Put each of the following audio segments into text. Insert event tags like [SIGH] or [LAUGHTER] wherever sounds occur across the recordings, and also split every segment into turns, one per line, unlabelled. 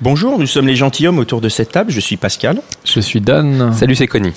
Bonjour, nous sommes les gentilshommes autour de cette table. Je suis Pascal.
Je suis Dan.
Salut, c'est Connie.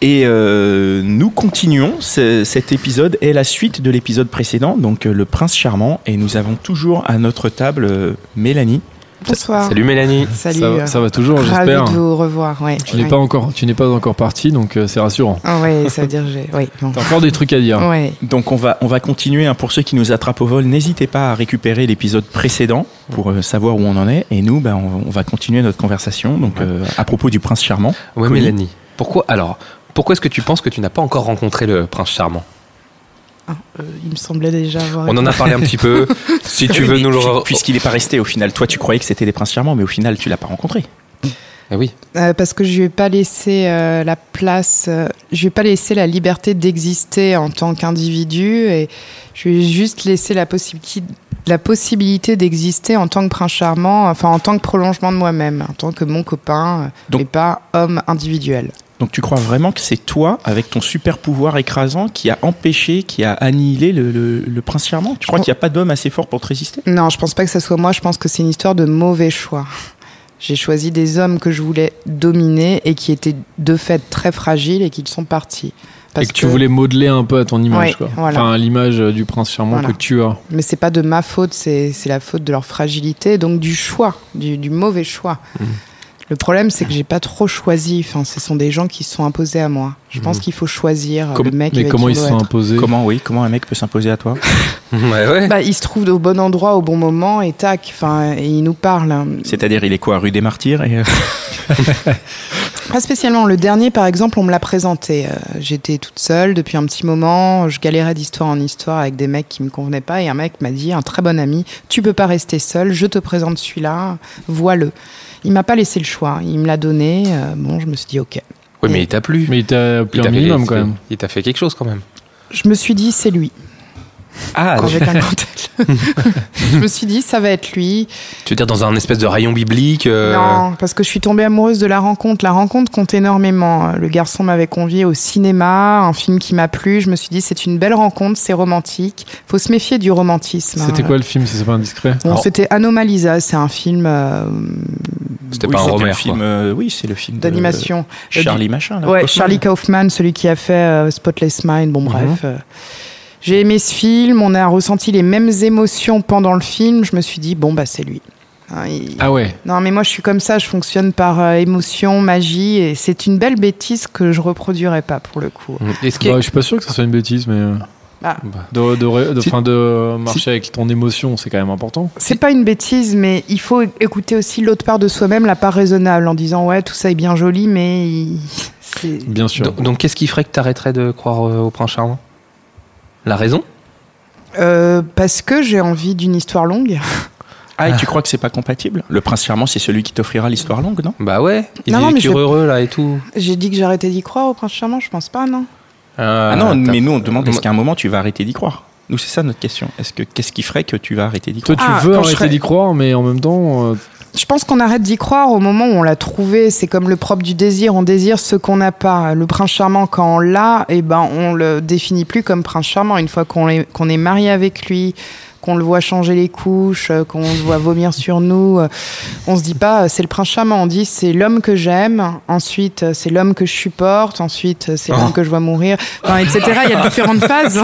Et euh, nous continuons. Ce- cet épisode est la suite de l'épisode précédent, donc euh, le prince charmant. Et nous avons toujours à notre table euh, Mélanie.
Bonsoir.
Salut Mélanie.
Salut.
Ça, va- ça va toujours,
Ravi
j'espère.
de vous revoir. Ouais.
Tu n'es
Ouais.
pas encore, tu n'es pas encore parti, donc euh, c'est rassurant.
Ah ouais, ça veut dire que j'ai. Oui. Bon.
T'as encore des trucs à dire.
Ouais.
Donc on va, on va continuer. hein. Pour ceux qui nous attrapent au vol, n'hésitez pas à récupérer l'épisode précédent pour euh, savoir où on en est. Et nous, ben, on, on va continuer notre conversation donc, euh, à propos du prince charmant.
Ouais,
Connie.
Mélanie. Pourquoi alors Pourquoi est-ce que tu penses que tu n'as pas encore rencontré le prince charmant
Euh, il me semblait déjà avoir.
On en a parlé un petit [LAUGHS] peu. si tu veux nous le re-
Puisqu'il n'est pas resté au final. Toi, tu croyais que c'était des princes charmants, mais au final, tu l'as pas rencontré.
Eh oui.
Euh, parce que je lui ai pas laissé euh, la place. euh, je lui ai pas laissé la liberté d'exister en tant qu'individu et je lui ai juste laissé la possibilité la possibilité d'exister en tant que prince charmant, enfin en tant que prolongement de moi-même, en tant que mon copain,
Donc-
et pas homme individuel.
Donc tu crois vraiment que c'est toi, avec ton super pouvoir écrasant, qui a empêché, qui a annihilé le, le- le prince charmant Tu crois
Oh.
qu'il n'y a pas d'homme assez fort pour te résister
Non, je pense pas que ça soit moi, je pense que c'est une histoire de mauvais choix. J'ai choisi des hommes que je voulais dominer et qui étaient de fait très fragiles et qui sont partis.
Et
Parce
que, tu voulais modeler un peu à ton image,
Ouais,
quoi.
voilà.
Enfin, à l'image euh, du prince charmant
Voilà.
que tu as.
Mais c'est pas de ma faute, c'est c'est la faute de leur fragilité, donc du choix, du, du mauvais choix.
Mm.
Le problème, c'est que j'ai pas trop choisi. Enfin, ce sont des gens qui se sont imposés à moi. Je pense qu'il faut choisir
Mm. Comme-
le mec.
mais
avec
comment
qui on
ils se
doit
sont
être.
imposés
Comment, oui, comment un mec peut s'imposer à toi
[LAUGHS] Ouais, ouais.
bah, il se trouve au bon endroit, au bon moment, et tac. Enfin, et il nous parle.
C'est-à-dire, il est quoi, rue des Martyrs et, euh,
Pas spécialement. Le dernier, par exemple, on me l'a présenté. Euh, J'étais toute seule depuis un petit moment. Je galérais d'histoire en histoire avec des mecs qui me convenaient pas. Et un mec m'a dit, un très bon ami, tu peux pas rester seul. Je te présente celui-là. Vois-le. Il m'a pas laissé le choix. Il me l'a donné. Euh, bon, je me suis dit, ok.
Ouais, mais Bah, il t'a plu.
Mais il t'a pris
t'a
un
fait-
minimum quand même.
Il t'a fait quelque chose quand même.
Je me suis dit, c'est lui.
Ah,
Quand
tu
j'ai qu'un cantel. [LAUGHS] je me suis dit, ça va être lui.
veux dire dans un espèce de rayon biblique euh,
Non, parce que je suis tombée amoureuse de la rencontre. La rencontre compte énormément. Le garçon m'avait conviée au cinéma, un film qui m'a plu. Je me suis dit, c'est une belle rencontre, c'est romantique. Faut se méfier du romantisme. hein.
C'était quoi le film, si c'est pas indiscret
Bon,
Alors-
c'était Anomalisa, c'est un film euh,
C'était
oui,
pas un
c'était
Romer.
le film,
quoi.
euh, Oui, c'est le film de-
d'animation. Euh,
Charlie Machin. là,
Ouais,
Kaufman.
Charlie Kaufman, celui qui a fait euh, Spotless Mind. Bon, bref. euh, J'ai aimé ce film, on a ressenti les mêmes émotions pendant le film. Je me suis dit, bon, bah, c'est lui. Hein, il-
Ah ouais.
Non, mais moi je suis comme ça, je fonctionne par euh, émotion, magie, et c'est une belle bêtise que je reproduirais pas pour le coup.
Mm. Est-ce qu'il y a-
Bah, je suis pas sûr que ce soit une bêtise, mais euh,
Ah.
de, de ré- de-
Si-
enfin, de marcher avec ton émotion, c'est quand même important.
C'est pas une bêtise, mais il faut écouter aussi l'autre part de soi-même, la part raisonnable, en disant ouais, tout ça est bien joli, mais il- c'est.
Bien sûr.
Donc, donc qu'est-ce qui ferait que t'arrêterais de croire euh, au prince charmant La raison
Euh, parce que j'ai envie d'une histoire longue. [LAUGHS]
Ah, et tu crois que c'est pas compatible Le prince charmant, c'est celui qui t'offrira l'histoire longue, non
Bah ouais. Il
Non, non,
est
mais je-
heureux là et tout.
J'ai dit que j'arrêtais d'y croire au prince charmant, je pense pas, non
Ah non,
t'as-
mais nous, on te demande est-ce
Moi-
qu'à un moment, tu vas arrêter d'y croire Nous, c'est ça notre question. Est-ce que qu'est-ce qui ferait que tu vas arrêter d'y
Toi,
croire
tu
Ah,
veux
quand je
arrêter
serais-
d'y croire, mais en même temps, euh,
Je pense qu'on arrête d'y croire au moment où on l'a trouvé. C'est comme le propre du désir. On désire ce qu'on n'a pas. Le prince charmant, quand on l'a, eh ben, on le définit plus comme prince charmant. Une fois qu'on est, qu'on est marié avec lui, qu'on le voit changer les couches, euh, qu'on le voit vomir sur nous, euh, on se dit pas euh, c'est le prince charmant. On dit c'est l'homme que j'aime. Ensuite, euh, c'est l'homme que je supporte. Ensuite, euh, c'est l'homme que je vois mourir. Enfin, etc. Il y a différentes phases.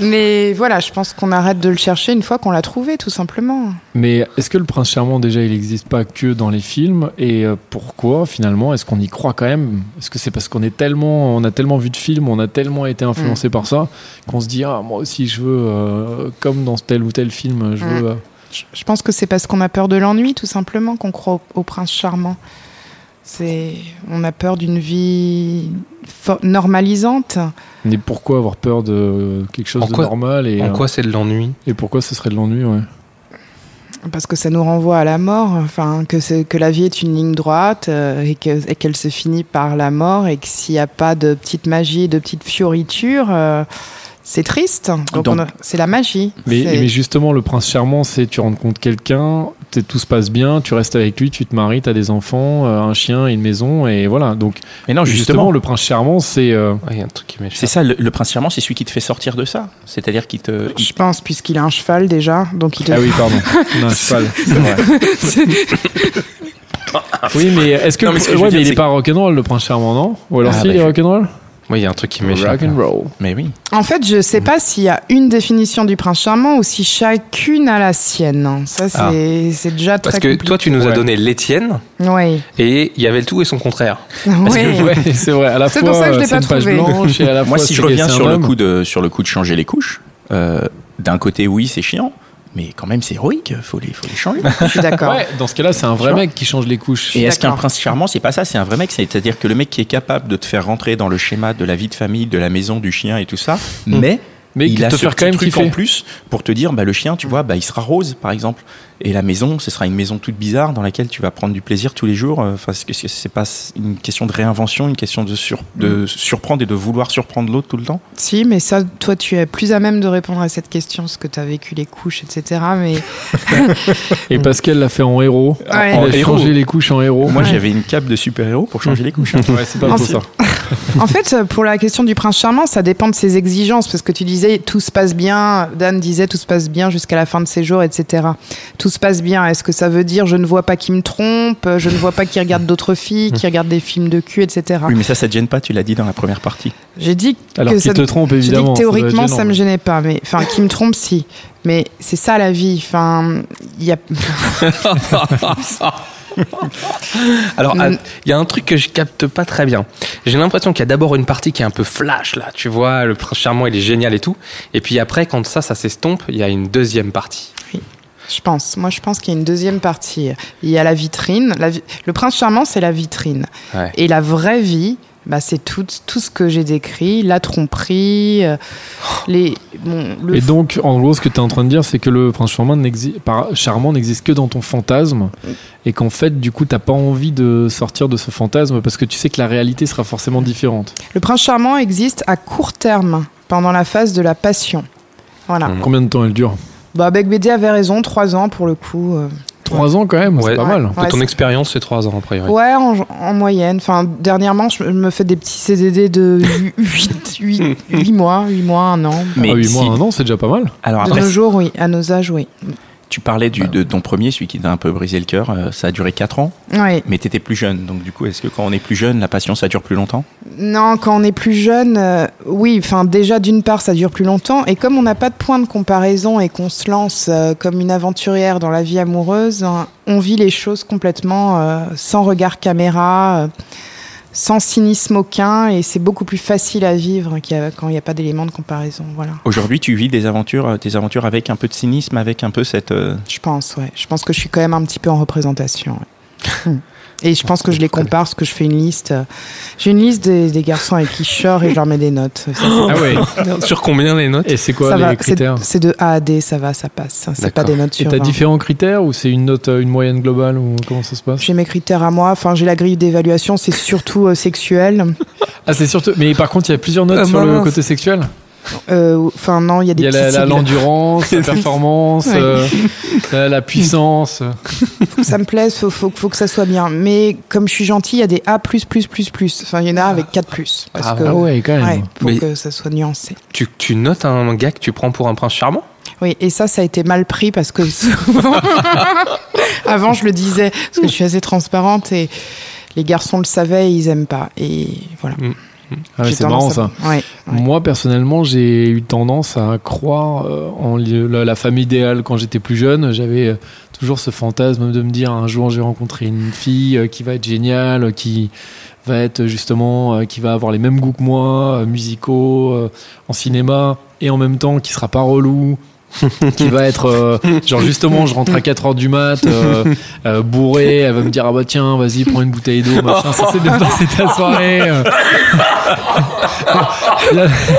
Mais voilà, je pense qu'on arrête de le chercher une fois qu'on l'a trouvé, tout simplement.
Mais est-ce que le prince charmant déjà il n'existe pas que dans les films et euh, pourquoi finalement est-ce qu'on y croit quand même Est-ce que c'est parce qu'on est tellement on a tellement vu de films, on a tellement été influencé par ça qu'on se dit ah moi aussi je veux euh, comme dans tel ou tel film je veux euh.
Je je pense que c'est parce qu'on a peur de l'ennui, tout simplement, qu'on croit au, au prince charmant. C'est, on a peur d'une vie fo- normalisante.
mais pourquoi avoir peur de quelque chose
En
de
quoi-
normal et
En
euh,
quoi c'est de l'ennui
et pourquoi ce serait de l'ennui ouais.
parce que ça nous renvoie à la mort, enfin que c'est- que la vie est une ligne droite euh, et que- et qu'elle se finit par la mort et que s'il n'y a pas de petite magie, de petite fioriture, euh, c'est triste. Donc,
Donc-
on a- c'est la magie.
Mais,
C'est-
mais justement, le prince charmant, c'est tu rencontres quelqu'un, t'es- tout se passe bien, tu restes avec lui, tu te maries, t'as des enfants, euh, un chien, et une maison, et voilà. Donc
Mais
Ah,
non, justement,
le prince charmant, c'est euh,
Ouais, Il y a un truc qui m'échappe.
c'est ça, le, le prince charmant, c'est celui qui te fait sortir de ça. C'est-à-dire qui te. il-
Je pense puisqu'il a un cheval déjà, donc il.
ah oui, pardon, on a un cheval.
[LAUGHS]
Oui, mais est-ce que,
Non, mais ce que je
ouais,
veux dire,
mais il
c'est-
est pas rock'n'roll le prince charmant, non Ou alors
Ah,
si
bah,
il est
je-
rock'n'roll
Ouais, il y a un truc qui m'échappe. là.
Rock'n'roll.
Mais oui.
En fait, je sais pas s'il y a une définition du prince charmant ou si chacune a la sienne. hein. Ça c'est
Ah.
c'est déjà très
Parce que toi, tu nous as
Ouais.
donné les tiennes
Oui.
et il y avait le tout et son
[LAUGHS]
contraire.
Oui.
[LAUGHS] Ouais, c'est vrai. À la
C'est
fois,
pour ça que je
euh,
l'ai
c'est
pas
une page
trouvé.
blanche et à la
Moi,
fois,
si
c'est-
je reviens
c'est un
sur le,
homme.
coup de, sur le coup de changer les couches, euh, d'un côté, oui, c'est chiant, mais quand même, c'est héroïque, faut les, faut les
[LAUGHS]
changer.
Je suis d'accord.
Ouais, dans ce cas-là, c'est un vrai mec qui change les couches.
Et est-ce qu'un
d'accord.
prince charmant, c'est pas ça, c'est un vrai mec, c'est-à-dire que le mec qui est capable de te faire rentrer dans le schéma de la vie de famille, de la maison, du chien et tout ça, mais,
Mm. Mais
il
qui
a
te
ce
faire quand
petit
même
truc
kiffer.
en plus pour te dire, bah, le chien, tu vois, bah, il sera rose, par exemple, et la maison, ce sera une maison toute bizarre dans laquelle tu vas prendre du plaisir tous les jours. euh, Enfin, c'est- c'est c'est pas une question de réinvention, une question de, sur- de surprendre et de vouloir surprendre l'autre tout le temps.
Si, mais ça, toi, tu es plus à même de répondre à cette question, parce que tu as vécu les couches, etc.
[LAUGHS]
Mais
Et Pascal l'a fait en héros.
Ouais.
Mm.
Il
En
a
héros.
changé les couches en héros.
Moi, j'avais une cape de super-héros pour changer les
[LAUGHS]
couches. hein.
Ouais, c'est pas
En
faux,
fait-
ça.
en fait, euh, pour la question du prince charmant, ça dépend de ses exigences, parce que tu disais tout se passe bien. Dan disait tout se passe bien jusqu'à la fin de ses jours, etc. Tout se passe bien. Est-ce que ça veut dire je ne vois pas qu'il me trompe, je ne vois pas qu'il regarde d'autres
Hum.
filles, qu'il regarde des films de cul, etc.
Oui, mais ça, ça te gêne pas, tu l'as dit dans la première partie.
J'ai dit
Alors
que
qu'il
ça
te trompe,
J'ai dit que
évidemment. ça doit être
théoriquement,
gênant,
ça me
mais-
gênait pas, mais enfin, qui me trompe, si. Mais c'est ça la vie. Enfin, il y a.
Alors,
Mm.
à- ah, il y a un truc que je capte pas très bien. J'ai l'impression qu'il y a d'abord une partie qui est un peu flash, là, tu vois, le prince charmant, il est génial et tout. Et puis après, quand ça, ça s'estompe, il y a une deuxième partie.
Je pense. Moi, je pense qu'il y a une deuxième partie. Il y a la vitrine. La vi- Le prince charmant, c'est la vitrine.
Ouais.
Et la vraie vie, bah, c'est tout, tout ce que j'ai décrit, la tromperie, euh, les. Bon, le
Et donc, en gros, ce que tu es en train de dire, c'est que le prince charmant n'exi- par- charmant n'existe que dans ton fantasme, et qu'en fait, du coup, t'as pas envie de sortir de ce fantasme parce que tu sais que la réalité sera forcément différente.
le prince charmant existe à court terme, pendant la phase de la passion. Voilà.
Mm.
Combien de temps elle dure
Bah, Beck Bédé avait raison, trois ans pour le coup. euh.
Trois ans quand même,
Ouais.
c'est pas
Ouais.
mal.
De ton
c'est-
expérience, c'est trois ans, a priori.
Ouais, en, en moyenne. Enfin, dernièrement, je me fais des petits CDD de
[LAUGHS]
8, mois, 8 mois, 1 an.
Mais
Ah oui,
si-
moi, un an, c'est déjà pas mal.
Alors
De
après,
nos jours, oui. À nos âges, oui.
tu parlais du, de ton premier, celui qui t'a un peu brisé le cœur, euh, ça a duré 4 ans,
Ouais.
mais t'étais plus jeune. Donc du coup, est-ce que quand on est plus jeune, la passion, ça dure plus longtemps
Non, quand on est plus jeune, euh, oui, enfin, déjà, d'une part, ça dure plus longtemps. Et comme on n'a pas de point de comparaison et qu'on se lance euh, comme une aventurière dans la vie amoureuse, hein, on vit les choses complètement euh, sans regard caméra, euh, sans cynisme aucun. Et c'est beaucoup plus facile à vivre qu'il y a- quand il n'y a pas d'élément de comparaison. Voilà.
Aujourd'hui, tu vis des aventures, euh, tes aventures avec un peu de cynisme, avec un peu cette... euh,
Je pense, ouais. Je pense que je suis quand même un petit peu en représentation. ouais. Hmm. Et je pense que je les compare parce que je fais une liste. euh, J'ai une liste des, des garçons avec qui je sors et je leur mets des notes. Ça, c'est-
Ah ouais.
Sur combien les
[LAUGHS]
notes
Et c'est quoi
ça
les
va, c'est- hein.
critères
C'est de A à D, ça va, ça passe. C'est pas
D'accord.
des notes
Et
sur
t'as
20.
différents critères ou c'est une note, euh, une moyenne globale ou comment ça se passe
J'ai mes critères à moi. Enfin, j'ai la grille d'évaluation. C'est surtout euh, sexuel.
Ah, c'est surtout. Mais par contre, il y a plusieurs notes
Ah,
sur le
mince.
côté sexuel.
Euh, Enfin, non, il y a
Il
des
y a la-
petits
la-
sigles.
l'endurance,
[LAUGHS]
la, performance,
Ouais. [LAUGHS]
euh, la, la puissance.
Ça me plaise. Faut, faut, faut que ça soit bien. Mais comme je suis gentille, il y a des A+++++. Enfin, il y en a avec 4+. Parce
Ah
que,
ouais, quand
ouais, pour
Mais-
que ça soit nuancé.
tu, tu notes un gars que tu prends pour un prince charmant
Oui, et ça, ça a été mal pris parce que souvent, [LAUGHS] avant, je le disais, parce que je suis assez transparente et les garçons le savaient, ils aiment pas. Et voilà.
Ah ouais,
J'ai
c'est marrant
tendance à-
ça.
Ouais, ouais.
Moi, personnellement, j'ai eu tendance à croire euh, en li- la, la femme idéale quand j'étais plus jeune. J'avais euh, toujours ce fantasme de me dire un jour, j'ai rencontré une fille euh, qui va être géniale, euh, qui va être euh, justement, euh, qui va avoir les mêmes goûts que moi, euh, musicaux, euh, en cinéma, et en même temps qui sera pas
[LAUGHS]
relou. qui va être euh, genre justement je rentre à 4 heures du mat
[LAUGHS]
euh, euh, bourré elle va me dire ah bah tiens vas-y prends une bouteille d'eau machin ça c'est de passer ta soirée euh. [LAUGHS]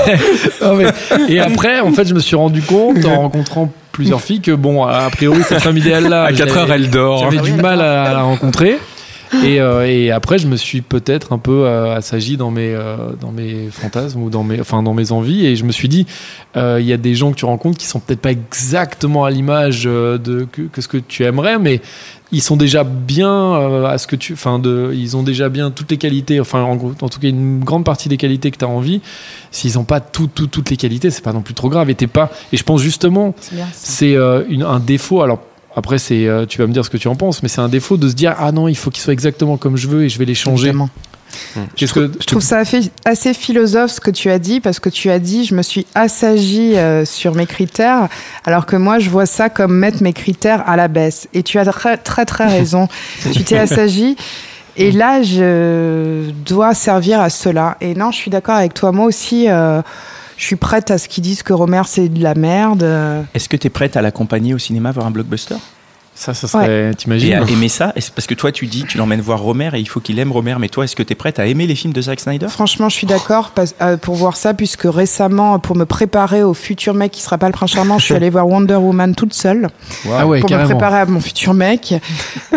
Non, mais- et après, en fait, je me suis rendu compte en rencontrant plusieurs filles que, bon, a priori, cette femme idéale-là.
À
Ah,
4 heures, elle dort. hein.
J'avais du mal à, la rencontrer. Et, euh, et après, je me suis peut-être un peu euh, assagi dans mes, euh, dans mes fantasmes ou dans mes, enfin, dans mes envies. Et je me suis dit, euh, il y a des gens que tu rencontres qui sont peut-être pas exactement à l'image euh, de que, que ce que tu aimerais, mais ils sont déjà bien euh, à ce que tu, enfin, de, ils ont déjà bien toutes les qualités, enfin, en, gros, en tout cas, une grande partie des qualités que tu as envie. S'ils n'ont pas tout, tout, toutes les qualités, c'est pas non plus trop grave. Et t'es pas, et je pense justement,
C'est bien. ça.
c'est euh, une- un défaut. Alors après, c'est, euh, tu vas me dire ce que tu en penses, mais c'est un défaut de se dire ah non, il faut qu'il soit exactement comme je veux et je vais les changer.
Évidemment.
Qu'est-ce que
Je trouve ça affi- assez philosophe ce que tu as dit, parce que tu as dit je me suis assagie euh, sur mes critères, alors que moi je vois ça comme mettre mes critères à la baisse. Et tu as très très, [LAUGHS] très raison. tu t'es assagie. Et là, je dois servir à cela. Et non, je suis d'accord avec toi. Moi aussi, euh, je suis prête à ce qu'ils disent que Romer, c'est de la merde. euh,
Est-ce que tu es prête à l'accompagner au cinéma voir un blockbuster
ça, ça serait,
Et
t'imagines
à aimer ça Est-ce- Parce que toi, tu dis, tu l'emmènes voir Romer et il faut qu'il aime Romer, mais toi, est-ce que tu es prête à aimer les films de Zack Snyder
Franchement, je suis d'accord pas- euh, pour voir ça, puisque récemment, pour me préparer au futur mec qui sera pas le prince charmant, [LAUGHS] je suis allée voir Wonder Woman toute seule.
Ah ouais,
pour me
carrément.
préparer à mon futur mec.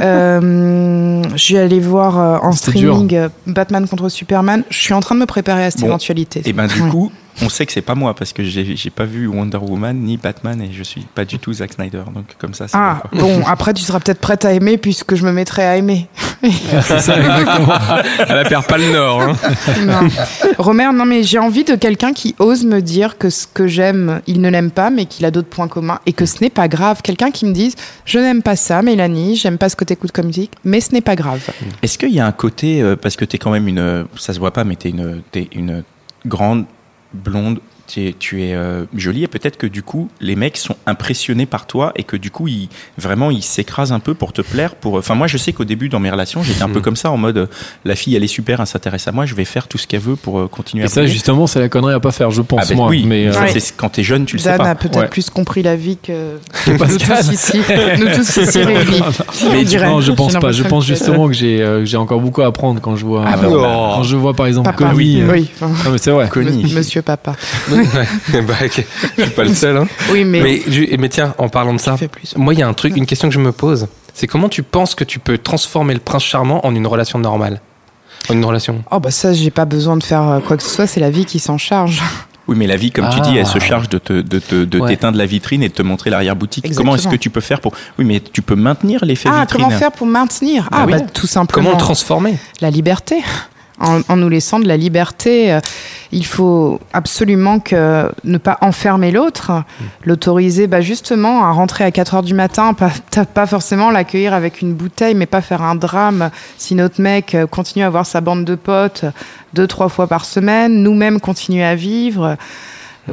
euh, je suis allée voir euh, en
C'était dur.
streaming euh, Batman contre Superman. Je suis en train de me préparer à cette
Bon.
éventualité.
Et ben du
Ouais.
coup, on sait que c'est pas moi parce que j'ai j'ai pas vu Wonder Woman ni Batman et je suis pas du tout Zack Snyder. Donc comme ça, c'est
Ah,
bon, quoi.
bon, après, tu seras peut-être prête à aimer, puisque je me mettrai à aimer.
C'est
[LAUGHS]
ça, exactement.
Elle perd pas le nord. hein.
Non. Romer, non, mais j'ai envie de quelqu'un qui ose me dire que ce que j'aime, il ne l'aime pas, mais qu'il a d'autres points communs et que ce n'est pas grave. Quelqu'un qui me dise Je n'aime pas ça, Mélanie, j'aime pas ce que t'écoutes comme musique, mais ce n'est pas grave.
Est-ce qu'il y a un côté euh, parce que t'es quand même une, euh, ça se voit pas, mais t'es une, t'es une grande blonde. t'es- tu es euh, jolie et peut-être que du coup les mecs sont impressionnés par toi et que du coup ils vraiment ils s'écrasent un peu pour te plaire pour enfin moi je sais qu'au début dans mes relations j'étais
Hmm.
un peu comme ça en mode euh, la fille elle est super elle s'intéresse à moi je vais faire tout ce qu'elle veut pour euh, continuer
Et
à
ça,
briller.
justement, c'est la connerie à pas faire, je pense,
Ah ben
moi.
oui
Mais, euh,
ça,
Ouais.
c'est- quand t'es jeune tu le sais
Dan
pas
a peut-être
Ouais.
plus compris la vie que
[LAUGHS]
nous
Bah,
Pascal.
tous ici, nous tous ici réunis.
Mais
On dirait.
non, je pense
J'ai
pas. Je
l'impression
pense
que- ben
justement que j'ai euh, que j'ai encore beaucoup à apprendre quand je vois
Ah bah,
euh,
on
a-
quand je vois par exemple
oh. Papa,
Connie,
oui,
euh,
oui, enfin,
Non mais c'est vrai.
Connie.
[LAUGHS] monsieur papa.
Ouais. Bah, ok. Je suis pas le seul. hein.
Oui, mais,
Mais, je- mais tiens, en parlant de ça,
fais plus.
moi, il y a un truc, une question que je me pose. C'est comment tu penses que tu peux transformer le prince charmant en une relation normale En une relation.
Oh bah ça, j'ai pas besoin de faire euh, quoi que ce soit, c'est la vie qui s'en charge.
Oui, mais la vie, comme tu
Ah.
dis, elle se charge de te, de te- de
Ouais.
t'éteindre la vitrine et de te montrer l'arrière-boutique.
Exactement.
Comment est-ce que tu peux faire pour. Oui, mais tu peux maintenir l'effet
Ah,
vitrine.
comment faire pour maintenir
Bah
Ah
oui.
bah tout simplement.
Comment le transformer
la liberté. En, en nous laissant de la liberté, euh, il faut absolument que ne pas enfermer l'autre, l'autoriser bah, justement à rentrer à 4 heures du matin, pas, t'as pas forcément l'accueillir avec une bouteille, mais pas faire un drame si notre mec euh, continue à voir sa bande de potes euh, deux, trois fois par semaine, nous-mêmes continuer à vivre.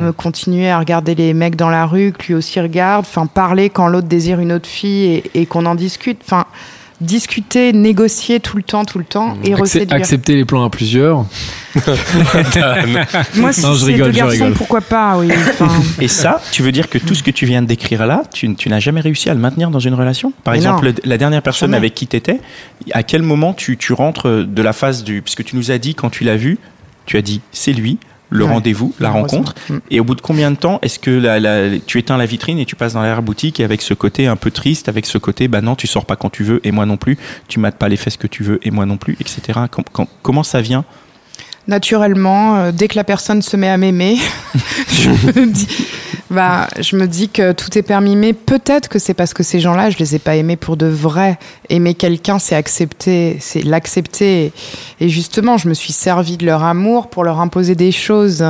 euh, continuer à regarder les mecs dans la rue, que lui aussi regarde, enfin parler quand l'autre désire une autre fille et, et qu'on en discute, enfin discuter, négocier tout le temps, tout le temps et
Accep-
reséduire.
accepter les plans à plusieurs. [LAUGHS]
Moi, si
Non, je
c'est
rigole,
deux
je
garçons,
rigole.
pourquoi
[LAUGHS]
pas Oui. enfin.
[LAUGHS] Et ça, tu veux dire que tout ce que tu viens de décrire là, tu, tu n'as jamais réussi à le maintenir dans une relation Par
Mais
exemple,
non.
le- la dernière personne
Jamais.
avec qui tu étais, à quel moment tu, tu rentres de la phase du. Parce que tu nous as dit, quand tu l'as vu, tu as dit c'est lui, le
Ouais.
rendez-vous, la rencontre.
Mm.
Et au bout de combien de temps est-ce que la- la- tu éteins la vitrine et tu passes dans l'arrière-boutique et avec ce côté un peu triste, avec ce côté bah non, tu sors pas quand tu veux et moi non plus, tu mates pas les fesses que tu veux et moi non plus, etc. Com- com- comment ça vient
Naturellement, euh, dès que la personne se met à m'aimer, [LAUGHS] je, me dis, bah, je me dis que tout est permis. Mais peut-être que c'est parce que ces gens-là, je les ai pas aimés pour de vrai. Aimer quelqu'un, c'est accepter, c'est l'accepter. Et justement, je me suis servi de leur amour pour leur imposer des choses,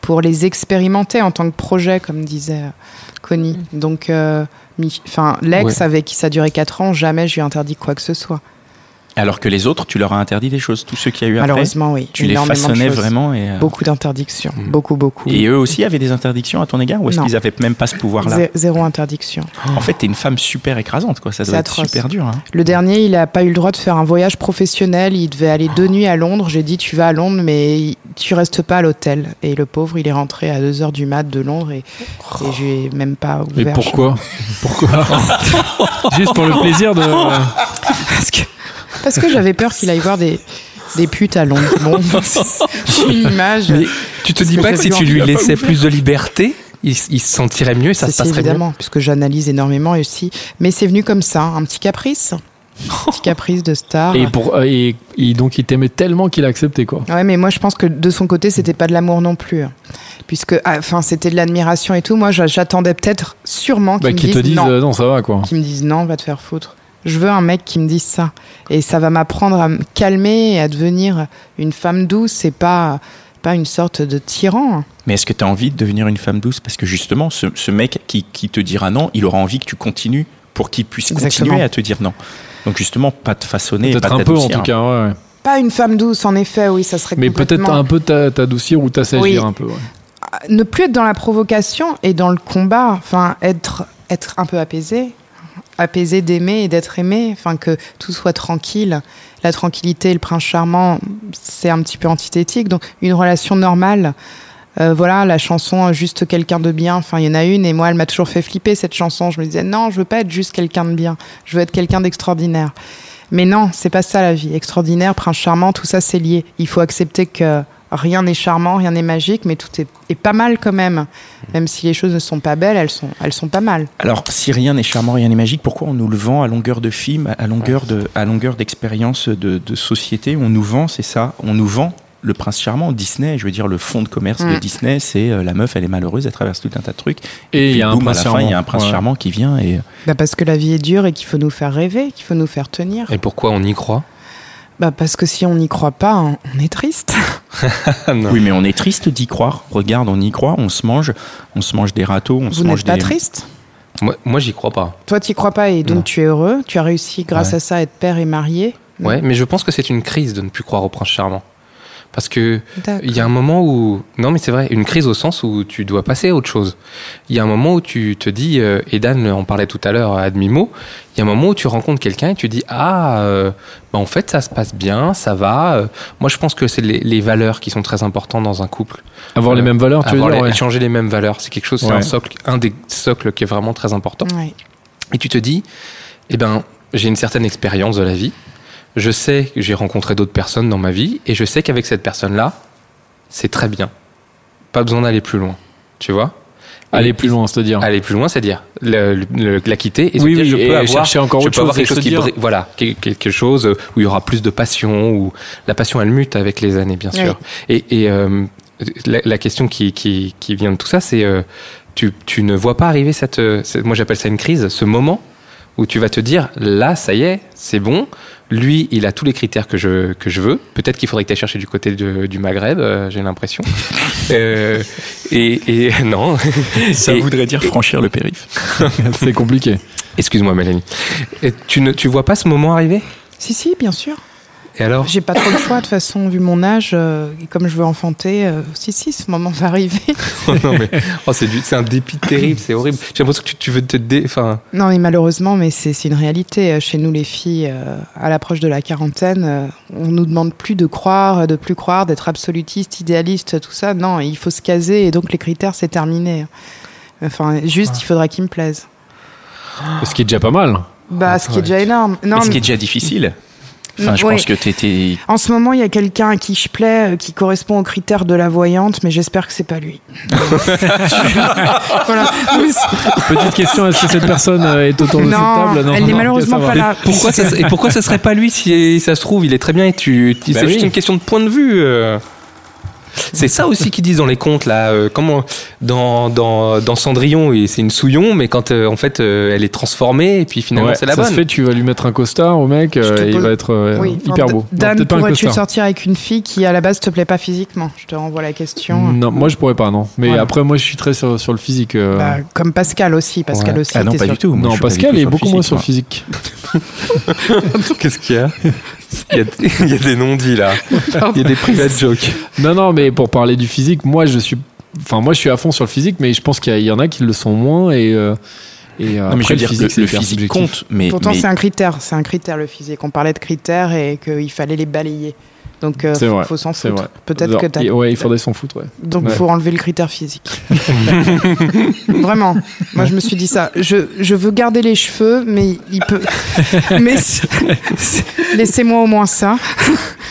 pour les expérimenter en tant que projet, comme disait Connie. Donc, euh, mi- enfin, l'ex
Ouais.
avec qui ça durait 4 ans, jamais je lui ai interdit quoi que ce soit.
Alors que les autres, tu leur as interdit des choses. Tous ceux qui a eu après,
Malheureusement, oui.
tu les
Énormément de
façonnais
choses.
vraiment et. euh,
Beaucoup d'interdictions,
Mm.
beaucoup, beaucoup.
Et eux aussi avaient des interdictions à ton égard ou est-ce
Non.
qu'ils avaient même pas ce pouvoir-là
Zé- Zéro interdiction.
En fait, t'es une femme super écrasante, quoi. Ça
C'est
doit être
atroce.
super dur. hein.
Le dernier, il n'a pas eu le droit de faire un voyage professionnel. Il devait aller deux nuits à Londres. J'ai dit, tu vas à Londres, mais tu restes pas à l'hôtel. Et le pauvre, il est rentré à 2h du mat de Londres et, et je lui ai même pas
Et
ouvert. [LAUGHS]
pourquoi Pourquoi Juste pour le plaisir de.
Ah. Parce que, parce que j'avais peur qu'il aille voir des, des putes à [LAUGHS] Londres. Bon, j'ai une image.
Mais tu te
Parce
dis
que
pas que
j'ai
si
vu
tu
en-
lui laissais plus de liberté, il, il se sentirait mieux et ça
C'est-
se
c'est
passerait
évidemment, puisque j'analyse énormément aussi. Mais c'est venu comme ça, un petit caprice. Un petit caprice de star.
Et, pour, euh, et, et donc, il t'aimait tellement qu'il a accepté, quoi.
Ouais, mais moi je pense que de son côté, c'était pas de l'amour non plus. hein. Puisque, ah, enfin, c'était de l'admiration et tout. Moi, j'a- j'attendais peut-être, sûrement,
Bah,
qu'il
qu'il
me
te
dise
dise,
non.
euh, non, ça va, quoi.
Qui me dise non, va te faire foutre. Je veux un mec qui me dise ça. Et ça va m'apprendre à me calmer et à devenir une femme douce et pas, pas une sorte de tyran. hein.
Mais est-ce que tu as envie de devenir une femme douce Parce que justement, ce, ce mec qui, qui te dira non, il aura envie que tu continues pour qu'il puisse continuer
Exactement.
à te dire non. Donc justement, pas te façonner, pas
Peut-être un peu, en
t'adoucir. hein.
tout cas, ouais, ouais.
Pas une femme douce, en effet, oui, ça serait
Mais peut-être
complètement-
un peu t'a- t'adoucir ou t'assagir
Oui.
un peu, ouais.
ne plus être dans la provocation et dans le combat, enfin être être un peu apaisé, apaisé d'aimer et d'être aimé, enfin que tout soit tranquille. La tranquillité et le prince charmant, c'est un petit peu antithétique. Donc une relation normale. euh, voilà la chanson euh, juste quelqu'un de bien. Enfin, il y en a une et moi, elle m'a toujours fait flipper cette chanson. Je me disais non, je veux pas être juste quelqu'un de bien. Je veux être quelqu'un d'extraordinaire. Mais non, c'est pas ça la vie. Extraordinaire, prince charmant, tout ça c'est lié. Il faut accepter que rien n'est charmant, rien n'est magique, mais tout est, est pas mal quand même. Même si les choses ne sont pas belles, elles sont, elles sont pas mal.
Alors, si rien n'est charmant, rien n'est magique, pourquoi on nous le vend à longueur de film, à longueur de, à longueur d'expérience de, de société On nous vend, c'est ça. On nous vend le prince charmant Disney. Je veux dire, le fond de commerce de
Mm.
Disney, c'est euh, la meuf, elle est malheureuse, elle traverse tout un tas de trucs.
Et il y a
puis,
un
boum, à
prince
la fin, il y a un prince
charmant.
charmant qui vient et
Bah parce que la vie est dure et qu'il faut nous faire rêver, qu'il faut nous faire tenir.
mieux. Et pourquoi on y croit
Bah parce que si on n'y croit pas, on on est triste.
Ah, non.
Oui, mais on est triste d'y croire. Regarde, on y croit, on se mange, on se mange des râteaux, on se
Vous
mange
n'êtes pas
des.
triste
Moi, moi, j'y crois pas.
Toi, t'y crois pas et donc
Non.
tu es heureux. Tu as réussi grâce
Ouais.
à ça à être père et marié.
Ouais, mais je pense que c'est une crise de ne plus croire au prince charmant. Parce que
D'accord.
il y a un moment où non mais c'est vrai, une crise au sens où tu dois passer à autre chose. Il y a un moment où tu te dis euh, et Dan en parlait tout à l'heure à demi mot, il y a un moment où tu rencontres quelqu'un et tu dis ah euh, bah, en fait ça se passe bien, ça va. euh. moi je pense que c'est les, les valeurs qui sont très importantes dans un couple.
Avoir les
Euh,
mêmes valeurs, tu veux
Avoir
dire
les-
ouais.
changer les mêmes valeurs, c'est quelque chose, c'est
Ouais.
un socle, un des socles qui est vraiment très important.
Ouais.
Et tu te dis, eh ben, j'ai une certaine expérience de la vie. Je sais que j'ai rencontré d'autres personnes dans ma vie et je sais qu'avec cette personne-là, c'est très bien. Pas besoin d'aller plus loin. Tu vois
Aller
Et-
plus loin, c'est-à-dire.
Aller plus loin, c'est-à-dire le- le- le- la quitter et se
Oui,
dire, eh,
oui,
je peux
et
avoir,
chercher encore
je
autre
peux avoir
chose,
quelque chose
et se
qui
dire-
brille- voilà, quel- quelque chose où il y aura plus de passion, où la passion elle mute avec les années, bien sûr. Et, et, euh, la, la question qui, qui, qui vient de tout ça, c'est euh, tu, tu ne vois pas arriver cette, euh, cette- moi j'appelle ça une crise, ce moment où tu vas te dire là ça y est, c'est bon. Lui, il a tous les critères que je, que je veux. Peut-être qu'il faudrait que tu ailles chercher du côté de- du Maghreb, euh, j'ai [LAUGHS] l'impression. Euh, et, [LAUGHS] et non,
[LAUGHS] Ça
Et-
voudrait dire franchir le périph.
[LAUGHS] C'est compliqué.
Excuse-moi, Mélanie. Et tu ne tu vois pas ce moment arriver
Si si, bien sûr.
Et alors
J'ai pas trop le choix de toute façon vu mon âge euh, et comme je veux enfanter. euh, si si, ce moment va arriver.
oh, [LAUGHS] non, mais- oh, c'est du- c'est un dépit terrible, c'est horrible. J'ai l'impression que tu, tu veux te dé. Enfin,
Non, mais malheureusement, mais c'est c'est une réalité. Euh, Chez nous, les filles, euh, à l'approche de la quarantaine, euh, on nous demande plus de croire, de plus croire, d'être absolutiste, idéaliste, tout ça. Non, il faut se caser et donc les critères, c'est terminé. Enfin, juste, il faudra qu'il me plaise.
Ce qui est déjà pas mal.
[LAUGHS]
Bah, ce qui est
ouais.
déjà énorme. Non,
ce qui est
mais
déjà difficile. Enfin, je
Oui.
pense que t'étais.
en ce moment, il y a quelqu'un à qui je plais, euh, qui correspond aux critères de la voyante, mais j'espère que c'est pas
[LAUGHS]
lui. [LAUGHS] voilà. Mais c'est-
Petite question, est-ce que cette personne euh, est autour de cette
Non,
table
elle n'est malheureusement pas là.
pourquoi ça, et pourquoi ça serait pas lui si ça se trouve Il est très bien et tu. tu-
Bah
c'est
oui.
juste une question de point de vue. euh. C'est ça aussi qu'ils disent dans les contes là. euh, comment dans, dans, dans Cendrillon, et c'est une souillon, mais quand euh, en fait euh, elle est transformée et puis finalement c'est la
ça
bonne.
se fait, tu vas lui mettre un costard au mec
Je te
euh, et il
pose-
va être euh,
Oui, enfin,
hyper beau. Non,
Dan,
peut-être pas un
pourrais-tu
costard.
sortir avec une fille qui, à la base, te plaît pas physiquement Je te renvoie la question.
Non, moi je pourrais pas, non. Mais
Voilà.
après, moi je suis très sur, sur le physique. euh.
Bah, comme Pascal aussi. Pascal
Ouais.
aussi.
Ah non,
t'es
pas
sûr-
du tout. Moi,
non,
je suis pas du
Pascal
tout
est
sur le
beaucoup moins
physique,
sur le
moi.
physique.
Qu'est-ce qu'il y a il y a, il y a des non-dits là. Il y a des private jokes.
Non, non, mais pour parler du physique, moi je suis. Enfin, moi je suis à fond sur le physique, mais je pense qu'il y a- il y en a qui le sont moins et. euh, Et euh,
Non, mais je
après,
veux dire,
physique, c'est
le, le
hyper
physique
subjectif.
compte, mais,
Pourtant,
mais
c'est un critère. C'est un critère le physique. On parlait de critères et qu'il fallait les balayer. Donc, euh,
C'est vrai,
faut s'en
c'est
foutre.
vrai.
Peut-être
Alors,
que t'as.
et- Ouais, il faudrait s'en
[LAUGHS]
foutre, ouais.
Donc,
Ouais.
faut enlever le critère physique. [LAUGHS] Vraiment. Moi, je me suis dit ça. Je, je veux garder les [LAUGHS] cheveux, mais il peut. mais c'est- laissez-moi au moins ça.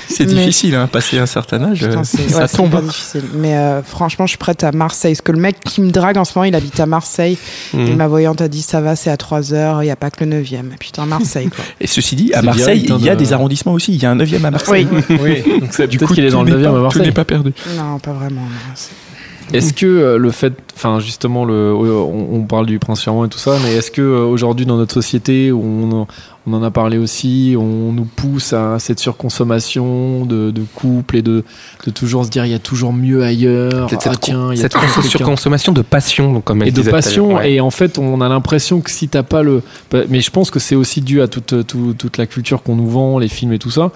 c'est
Mais-
difficile, hein, passer un certain âge,
Putain,
euh,
c'est-
ça
ouais, c'est
tombe.
hyper difficile. Mais euh, franchement, je suis prête à Marseille. Parce que le mec qui me drague en ce moment, il habite à Marseille.
Mhm.
Et ma voyante a dit ça va, c'est à 3 heures, il n'y a pas que le 9e. Putain, Marseille,
[LAUGHS]
quoi.
Et ceci dit, à
C'est
Marseille,
direct, hein,
il y a
de-
des arrondissements aussi. Il y a un 9e à Marseille.
Oui, donc [LAUGHS] c'est
Du
peut-être
coup,
qu'il est
tout
dans le
n'est
9
pas-
à
Tout n'est
Marseille.
pas perdu.
non, pas vraiment. non. C'est-
Est-ce que euh, le fait, enfin justement, le, euh, on, on parle du prince charmant et tout ça, mais est-ce que euh, aujourd'hui dans notre société, où on, en- on en a parlé aussi, on nous pousse à cette surconsommation de, de couple et de, de toujours se dire il y a toujours mieux ailleurs.
Cette,
Ah,
cette-
tiens, il y a
cette
toujours
conso-
quelqu'un.
surconsommation de passion, donc, comme elle
et de
disait tout à l'heure.
passion
Ouais.
et en fait on a l'impression que si t'as pas le bah, mais je pense que c'est aussi dû à toute euh, tout- toute la culture qu'on nous vend les films et tout ça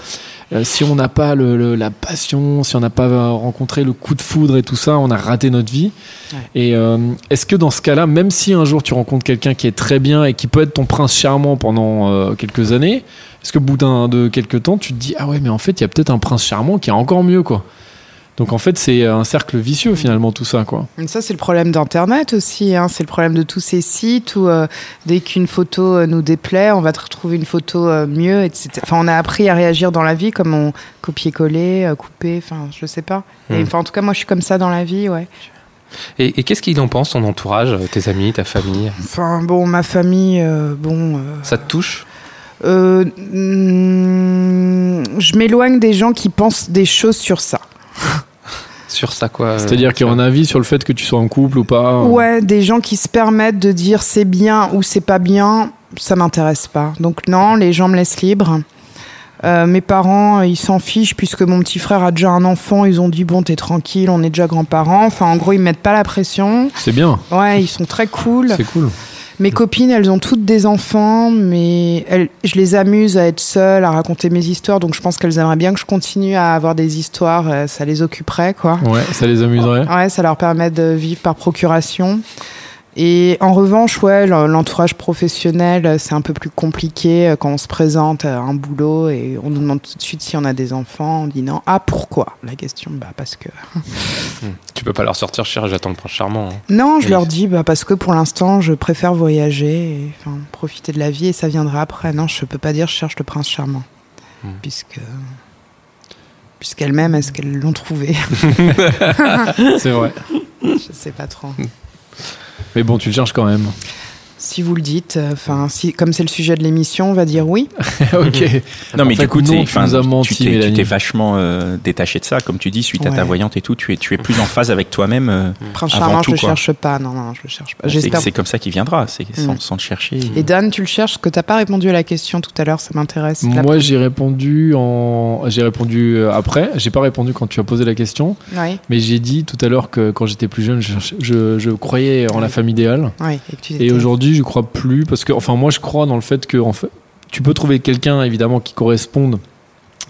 Euh, si on n'a pas le, le- la passion si on n'a pas euh, rencontré le coup de foudre et tout ça on a raté notre vie
Ouais.
et euh, est-ce que dans ce cas-là même si un jour tu rencontres quelqu'un qui est très bien et qui peut être ton prince charmant pendant euh, quelques années est-ce que bout d'un de quelques temps tu te dis ah ouais mais en fait il y a peut-être un prince charmant qui est encore mieux quoi donc en fait c'est un cercle vicieux finalement tout ça quoi
Mais Ça, c'est le problème d'Internet aussi. hein. C'est le problème de tous ces sites où euh, dès qu'une photo euh, nous déplaît, on va te retrouver une photo euh, mieux, etc. Enfin, on a appris à réagir dans la vie comme on copier-coller, euh, couper, enfin, je sais pas. Et,
Mhm.
Hmm.
enfin, en tout cas, moi, je suis comme ça dans la vie, ouais.
Et, et qu'est-ce qu'il en pense, ton entourage, tes amis, ta famille
Enfin, bon, ma famille, euh, bon. euh,
Ça te touche
Euh, mm, je m'éloigne des gens qui pensent des choses sur ça.
sur ça quoi euh,
C'est-à-dire qu'il y a un avis sur le fait que tu sois en couple ou pas. euh,
Ouais, des gens qui se permettent de dire c'est bien ou c'est pas bien, ça m'intéresse pas. Donc non, les gens me laissent libre. Euh, mes parents, euh, ils s'en fichent puisque mon petit frère a déjà un enfant. Ils ont dit bon, t'es tranquille, on est déjà grands-parents. Enfin, en gros, ils mettent pas la pression.
C'est bien,
Ouais, ils sont très cool.
c'est cool.
Mes copines, elles ont toutes des enfants, mais elles- je les amuse à être seules, à raconter mes histoires, donc je pense qu'elles aimeraient bien que je continue à avoir des histoires, euh, ça les occuperait, quoi.
Ouais, ça les amuserait.
Ouais, ça leur permet de vivre par procuration. Et en revanche, ouais, l- l'entourage professionnel, euh, c'est un peu plus compliqué euh, quand on se présente à un boulot et on nous demande tout de suite si on a des enfants. On dit non. Ah, pourquoi La question, bah parce que.
Tu peux pas leur sortir cher, j'attends le prince charmant. hein.
Non, je
Oui.
leur dis bah parce que pour l'instant, je préfère voyager, et, enfin, profiter de la vie et ça viendra après. Non, je peux pas dire je cherche le prince charmant,
Hmm.
puisque puisqu'elles-mêmes, est-ce qu'elles l'ont trouvé [LAUGHS] Ah.
C'est vrai.
Je sais pas trop.
Mais bon, tu le cherches
[LAUGHS]
quand même.
Si vous le dites, euh, enfin, si comme c'est le sujet de l'émission, on va dire oui.
ok.
Non, mais
En fait,
du coup,
non,
t'es-
tu
enfin,
nous as menti,
tu t'es- tu
Mélanie.
t'es vachement euh, détaché de ça, comme tu dis, suite à ta
Ouais.
voyante et tout. Tu es, tu es plus en phase avec toi-même. euh,
Mm.
Prince
Avant
charmant,
tout,
je le
quoi.
cherche pas. Non, non, je le cherche pas.
c'est
J'espère.
c'est comme ça qu'il viendra, c'est sans,
Mm.
sans le chercher.
Et Dan, tu le cherches, parce que t'as pas répondu à la question tout à l'heure, ça m'intéresse. La-
Moi, j'ai répondu en, j'ai répondu euh, après. J'ai pas répondu quand tu as posé la question,
Oui,
mais j'ai dit tout à l'heure que quand j'étais plus jeune, je, cherchais- je, je croyais en la femme idéale.
oui. Et, que tu
Et
étais-
aujourd'hui, je crois plus parce que, enfin, moi, je crois dans le fait que, en fait, tu peux trouver quelqu'un évidemment qui corresponde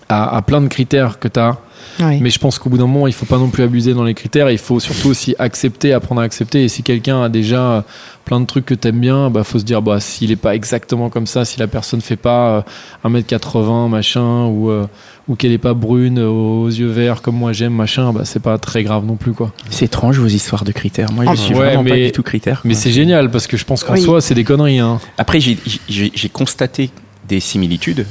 à, à plein de critères que tu as
Oui.
Mais je pense qu'au bout d'un moment, il faut pas non plus abuser dans les critères. Il faut surtout aussi accepter, apprendre à accepter. Et si quelqu'un a déjà euh, plein de trucs que t'aimes bien, bah faut se dire bah s'il est pas exactement comme ça, si la personne fait pas euh, 1m80 machin ou euh, ou qu'elle est pas brune euh, aux yeux verts comme moi j'aime machin, bah c'est pas très grave non plus quoi.
C'est étrange vos histoires de critères. Moi,
Ah,
je suis
ouais,
vraiment pas
mais-
du tout critère.
Mais
quoi.
c'est génial parce que je pense qu'en
Oui.
soi c'est des conneries hein.
Après, j'ai- j'ai j'ai constaté des similitudes.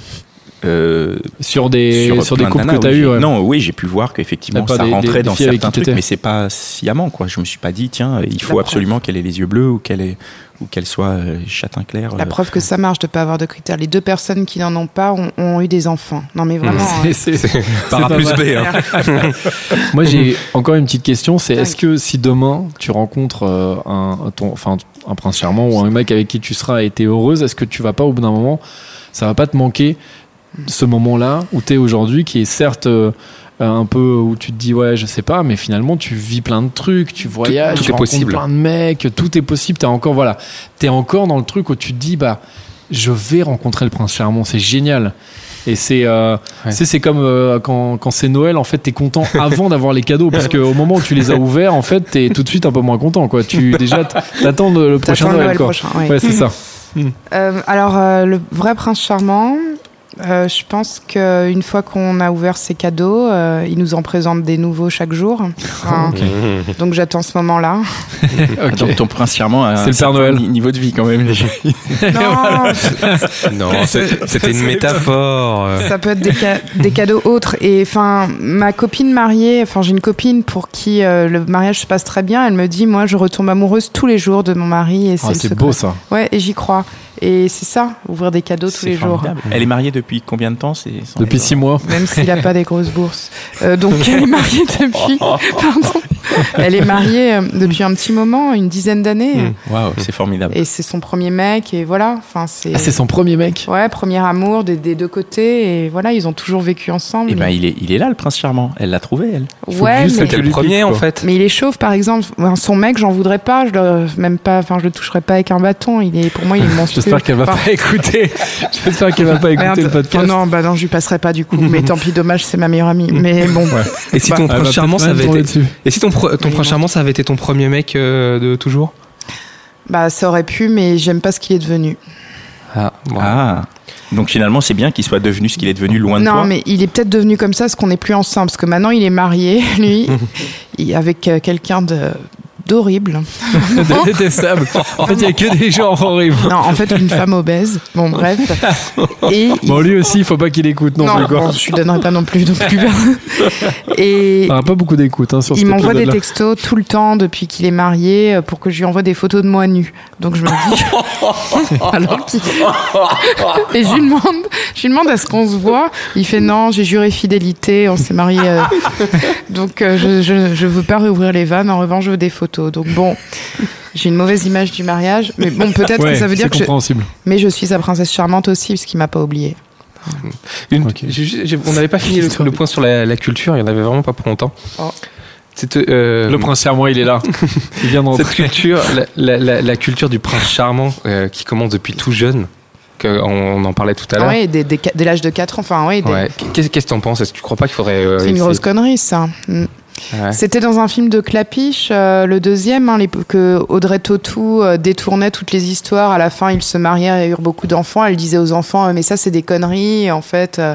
euh,
Sur des sur,
sur,
des
plein de
couples
nanas,
que t'as
oui,
eu.
j'ai-
Ouais.
Non, oui, j'ai pu voir qu'effectivement
T'as pas
ça
des- des-
rentrait
des
dans
filles avec
certains
qui
trucs,
t'étais.
mais c'est pas sciemment quoi. Je me suis pas dit tiens, il faut
preuve.
absolument qu'elle ait les yeux bleus ou qu'elle ait ou qu'elle soit euh, châtain clair.
La
euh.
preuve que ça marche de pas avoir de critères. Les deux personnes qui n'en ont pas ont, ont eu des enfants. Non, mais vraiment. hein.
[LAUGHS] C'est- c'est-
Par A
pas
plus
mal.
B,
[LAUGHS]
hein.
Moi, j'ai encore une petite question. C'est
Dingue.
est-ce que si demain tu rencontres euh, un, ton, enfin, un prince charmant ou un mec avec qui tu seras et t'es heureuse, est-ce que tu vas pas au bout d'un moment, ça va pas te manquer ce moment-là où t'es aujourd'hui, qui est certes euh, un peu où tu te dis ouais, je sais pas, mais finalement tu vis plein de trucs, tu voyages,
tout
tu
est
rencontres
possible.
plein de mecs, tout est possible. T'es encore voilà, t'es encore dans le truc où tu te dis bah je vais rencontrer le prince charmant, c'est génial. Et c'est euh,
Ouais.
tu sais, c'est comme euh, quand, quand c'est Noël, en fait, t'es content [LAUGHS] avant d'avoir les cadeaux, parce qu'au moment où tu les as ouverts, en fait, t'es tout de suite un peu moins content, quoi. Tu [LAUGHS] déjà t- t'attends le, le
T'attends
prochain
le
Noël,
Noël [LAUGHS]
quoi.
prochain, ouais.
Ouais, c'est ça.
Euh, alors, euh, le vrai prince charmant, Euh, je pense qu'une fois qu'on a ouvert ces cadeaux, euh, ils nous en présentent des nouveaux chaque jour.
[LAUGHS]
Enfin,
Mmh.
Donc j'attends ce moment-là.
Ok.
Donc ton prince charmant a
C'est
un
le Père
certain
Noël.
ni- niveau de vie quand même. déjà.
Non,
Non, c'est- c'était une métaphore. euh.
ça peut être des, ca- des cadeaux autres. Et enfin, ma copine mariée, enfin j'ai une copine pour qui euh, le mariage se passe très bien. Elle me dit, moi, je retombe amoureuse tous les jours de mon mari et c'est
Ah,
le
c'est
secret.
beau ça.
Ouais, et j'y crois. Et c'est ça, ouvrir des cadeaux tous
C'est
les jours.
formidable. Elle est mariée depuis combien de temps c'est sans-
Depuis six mois.
Même s'il n'a pas des grosses bourses. Euh, donc,
[LAUGHS]
elle est mariée depuis.
Oh.
Pardon. Elle est mariée euh, depuis un petit moment, une dizaine d'années.
Hmm.
Mm.
Waouh, c'est formidable.
Et c'est son premier mec, et voilà. Enfin, c'est.
Ah, c'est son premier mec.
Ouais, premier amour des, des deux côtés, et voilà, ils ont toujours vécu ensemble.
Et ben il est, il est là le prince charmant. Elle l'a trouvé elle.
Eh faut
ouais,
juste
mais,
C'était le premier en fait.
mais il est chauve, par exemple. Enfin, Son mec, j'en voudrais pas, je le, même pas, enfin, je le toucherai pas avec un bâton. Il est, pour moi,
[LAUGHS]
il est monstrueux.
J'espère qu'elle va
Enfin,
pas écouter.
[LAUGHS]
J'espère qu'elle va pas écouter le
Merde.
podcast. Hmm.
Oh non, bah non, je lui passerai pas du coup. Mais tant pis, dommage, c'est ma meilleure amie. Mais bon,
Et si ton
Bah,
bah,
Elle va
prince charmant,
peut-être
ça
même
avait
tomber
été.
dessus.
Et si ton, pro- ton
Oui,
prince
non.
charmant, ça avait été ton premier mec euh, de toujours
bah ça aurait pu, mais j'aime pas ce qu'il est devenu.
Ah, bon. [LAUGHS]
Ah. Donc finalement c'est bien qu'il soit devenu ce qu'il est devenu loin de
non,
toi.
mais il est peut-être devenu comme ça parce qu'on n'est plus ensemble. Parce que maintenant, il est marié, [LAUGHS] lui, il- avec euh, quelqu'un de d'horrible.
C'est [LAUGHS] détestable. En fait, il y a que des gens horribles.
Non, en fait, une femme obèse. Bon, bref. Et
Bon, lui aussi, il faut pas qu'il écoute non, plus, quoi.
bon, je lui donnerai pas non plus. non plus. Et
Il aura pas beaucoup d'écoute hein, sur
il
cet
m'envoie des
épisode-là.
textos tout le temps depuis qu'il est marié euh, pour que je lui envoie des photos de moi nue. Donc je me dis. Alors qu'il- Et je lui demande, je lui demande à ce qu'on se voit. Il fait non, j'ai juré fidélité, on s'est marié. euh. Donc euh, je, je, je veux pas réouvrir les vannes. En revanche, je veux des photos. Donc bon. J'ai une mauvaise image du mariage, mais bon, peut-être
Ouais,
que ça veut dire
c'est
que je,
compréhensible.
mais je suis sa princesse charmante aussi, parce qu'il m'a pas oublié.
Une-
Ok.
j'ai- j'ai- j'ai- on n'avait pas fini le, le point sur la, la culture, il n'y en avait vraiment pas pour longtemps.
Oh.
C'était, euh,
Le prince charmant, il est [LAUGHS] là. Il vient de
cette
rentrer.
culture, la, la- la- la culture du prince charmant euh, qui commence depuis tout jeune, que on, on en parlait tout à l'heure.
Ah ouais, dès, dès, dès l'âge de 4 ans, enfin, ouais, dès-
Ouais. Qu'est-ce qu'est-ce que t'en penses Est-ce que tu crois pas qu'il faudrait euh,
c'est une
essayer-
grosse connerie, ça. Mm.
Ouais.
C'était dans un film de Clapiche, euh, le deuxième, hein, les- que Audrey Tautou euh, détournait toutes les histoires. À la fin, ils se marièrent et eurent beaucoup d'enfants. Elle disait aux enfants, euh, mais ça, c'est des conneries. Et En fait, euh,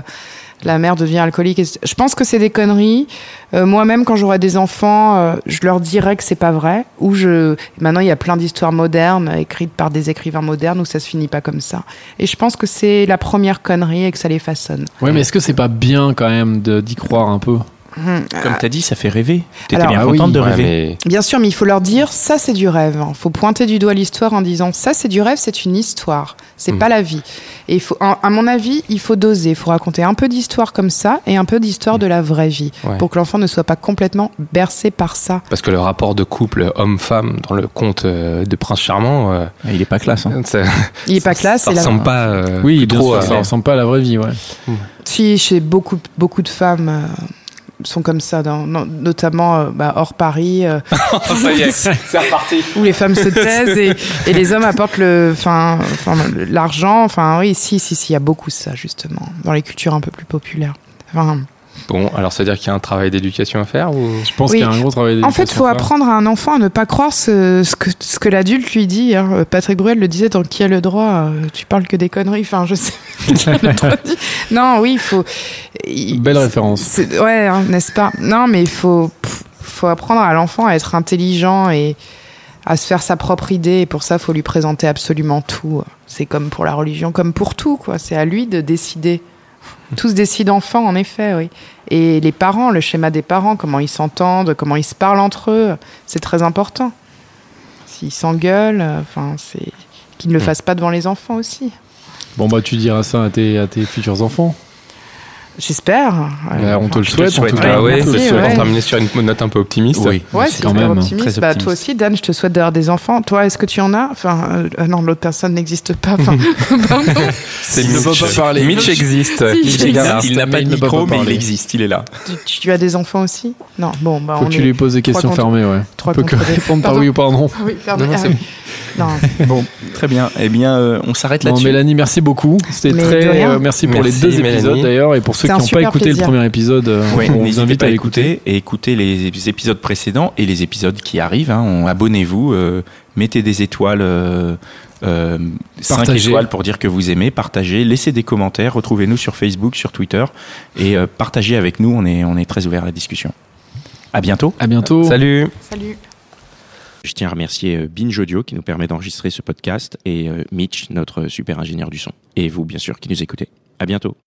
la mère devient alcoolique. Et c- Je pense que c'est des conneries. Euh, Moi-même, quand j'aurai des enfants, euh, je leur dirai que c'est pas vrai. Ou je. Maintenant, il y a plein d'histoires modernes euh, écrites par des écrivains modernes où ça se finit pas comme ça. Et je pense que c'est la première connerie et que ça les façonne.
Ouais, mais est-ce que c'est pas bien quand même de- d'y croire un peu
Hum.
Comme t'as dit ça fait rêver. T'étais
Alors,
bien
ah oui,
contente de
Ouais,
rêver.
mais-
Bien sûr, mais il faut leur dire ça c'est du rêve. Il faut pointer du doigt l'histoire en disant ça c'est du rêve, c'est une histoire, c'est
Mhm.
pas la vie. Et il faut, à à mon avis, il faut doser. Il faut raconter un peu d'histoire comme ça et un peu d'histoire de la vraie vie
Ouais.
pour que l'enfant ne soit pas complètement bercé par ça.
Parce que le rapport de couple homme-femme dans le conte euh, de Prince Charmant, euh,
Ah, Il est pas classe. hein.
ça,
Il est pas classe.
ça
et la-
ressemble pas euh,
Oui,
plus
bien
trop
sûr,
à-
ça ressemble pas à la vraie vie, ouais.
Si chez beaucoup beaucoup de femmes. euh, sont comme ça, dans- dans- notamment euh, bah, hors Paris, euh, [LAUGHS] où les femmes se taisent et, et les hommes apportent le, enfin, enfin, l'argent. Enfin, oui, si, si, si, il y a beaucoup ça justement dans les cultures un peu plus populaires. Enfin,
Bon, alors ça veut dire qu'il y a un travail d'éducation à faire ou...
Je pense
Oui.
qu'il y a un gros travail
en fait, il
d'éducation
faut
à faire.
apprendre à un enfant à ne pas croire ce, ce que, ce que l'adulte lui dit. hein. Patrick Bruel le disait dans Qui a le droit euh, Tu parles que des conneries. Enfin, je sais. [LAUGHS] Qui a le droit de dire non, oui, il faut. il-
Belle référence.
c'est- Ouais, hein, n'est-ce pas Non, mais il faut, pff, faut apprendre à l'enfant à être intelligent et à se faire sa propre idée. Et pour ça, faut lui présenter absolument tout. C'est comme pour la religion, comme pour tout, quoi. C'est à lui de décider. Tous décident enfants, en effet, oui. Et les parents, le schéma des parents, comment ils s'entendent, comment ils se parlent entre eux, c'est très important. S'ils s'engueulent, euh, enfin, c'est qu'ils ne
Mm.
le fassent pas devant les enfants aussi.
Bon, bah, tu diras ça à tes, à tes futurs enfants.
J'espère. Euh,
Bah, on te le souhaite, en
souhaite.
tout
ouais,
cas.
Ah ouais,
merci,
c'est
ouais.
pour terminer sur une note un peu optimiste.
Ouais,
C'est
c'est
quand
quand
même
optimiste.
très
Bah,
optimiste.
toi aussi, Dan, je te souhaite d'avoir des enfants. Toi, est-ce que tu en as Enfin, euh, euh, non, l'autre personne n'existe pas. Enfin, pardon.
C'est
Il ne peut pas parler.
Mitch existe.
Si,
Mitch
je
Il,
existe.
n'a pas de
il ne peut
micro,
pas
mais il
parler.
existe, il est là.
Tu, tu as des enfants aussi Non, bon, bah,
Faut
on
que
est
tu lui poses des
trois
questions
contre-
fermées, ouais.
trois
On peut que
contre des-
répondre par
Pardon.
oui ou par non.
[LAUGHS] Ah oui, pardon.
Non, non,
Ah
c'est
oui. Non,
Bon, très bien. Eh bien, euh, on s'arrête
Bon,
là-dessus.
Mélanie, merci beaucoup. C'était
Mais de
très.
rien.
euh, merci pour les
Merci,
deux
Mélanie.
épisodes d'ailleurs. Et pour ceux
C'était
qui
un
n'ont pas
super
écouté le
plaisir.
premier épisode, euh,
Ouais,
on vous
n'hésitez
invite
pas
à l'écouter.
et écoutez les épisodes précédents et les épisodes qui arrivent. hein. On- Abonnez-vous, euh, mettez des étoiles euh, euh, 5
Partagez.
étoiles pour dire que vous aimez, partagez, laissez des commentaires, retrouvez-nous sur Facebook, sur Twitter et euh, partagez avec nous, on est, on est très ouvert à la discussion. À bientôt.
À bientôt.
Salut.
Salut.
Je tiens à remercier euh, Binge Audio qui nous permet d'enregistrer ce podcast et euh, Mitch, notre super ingénieur du son. Et vous, bien sûr, qui nous écoutez. À bientôt.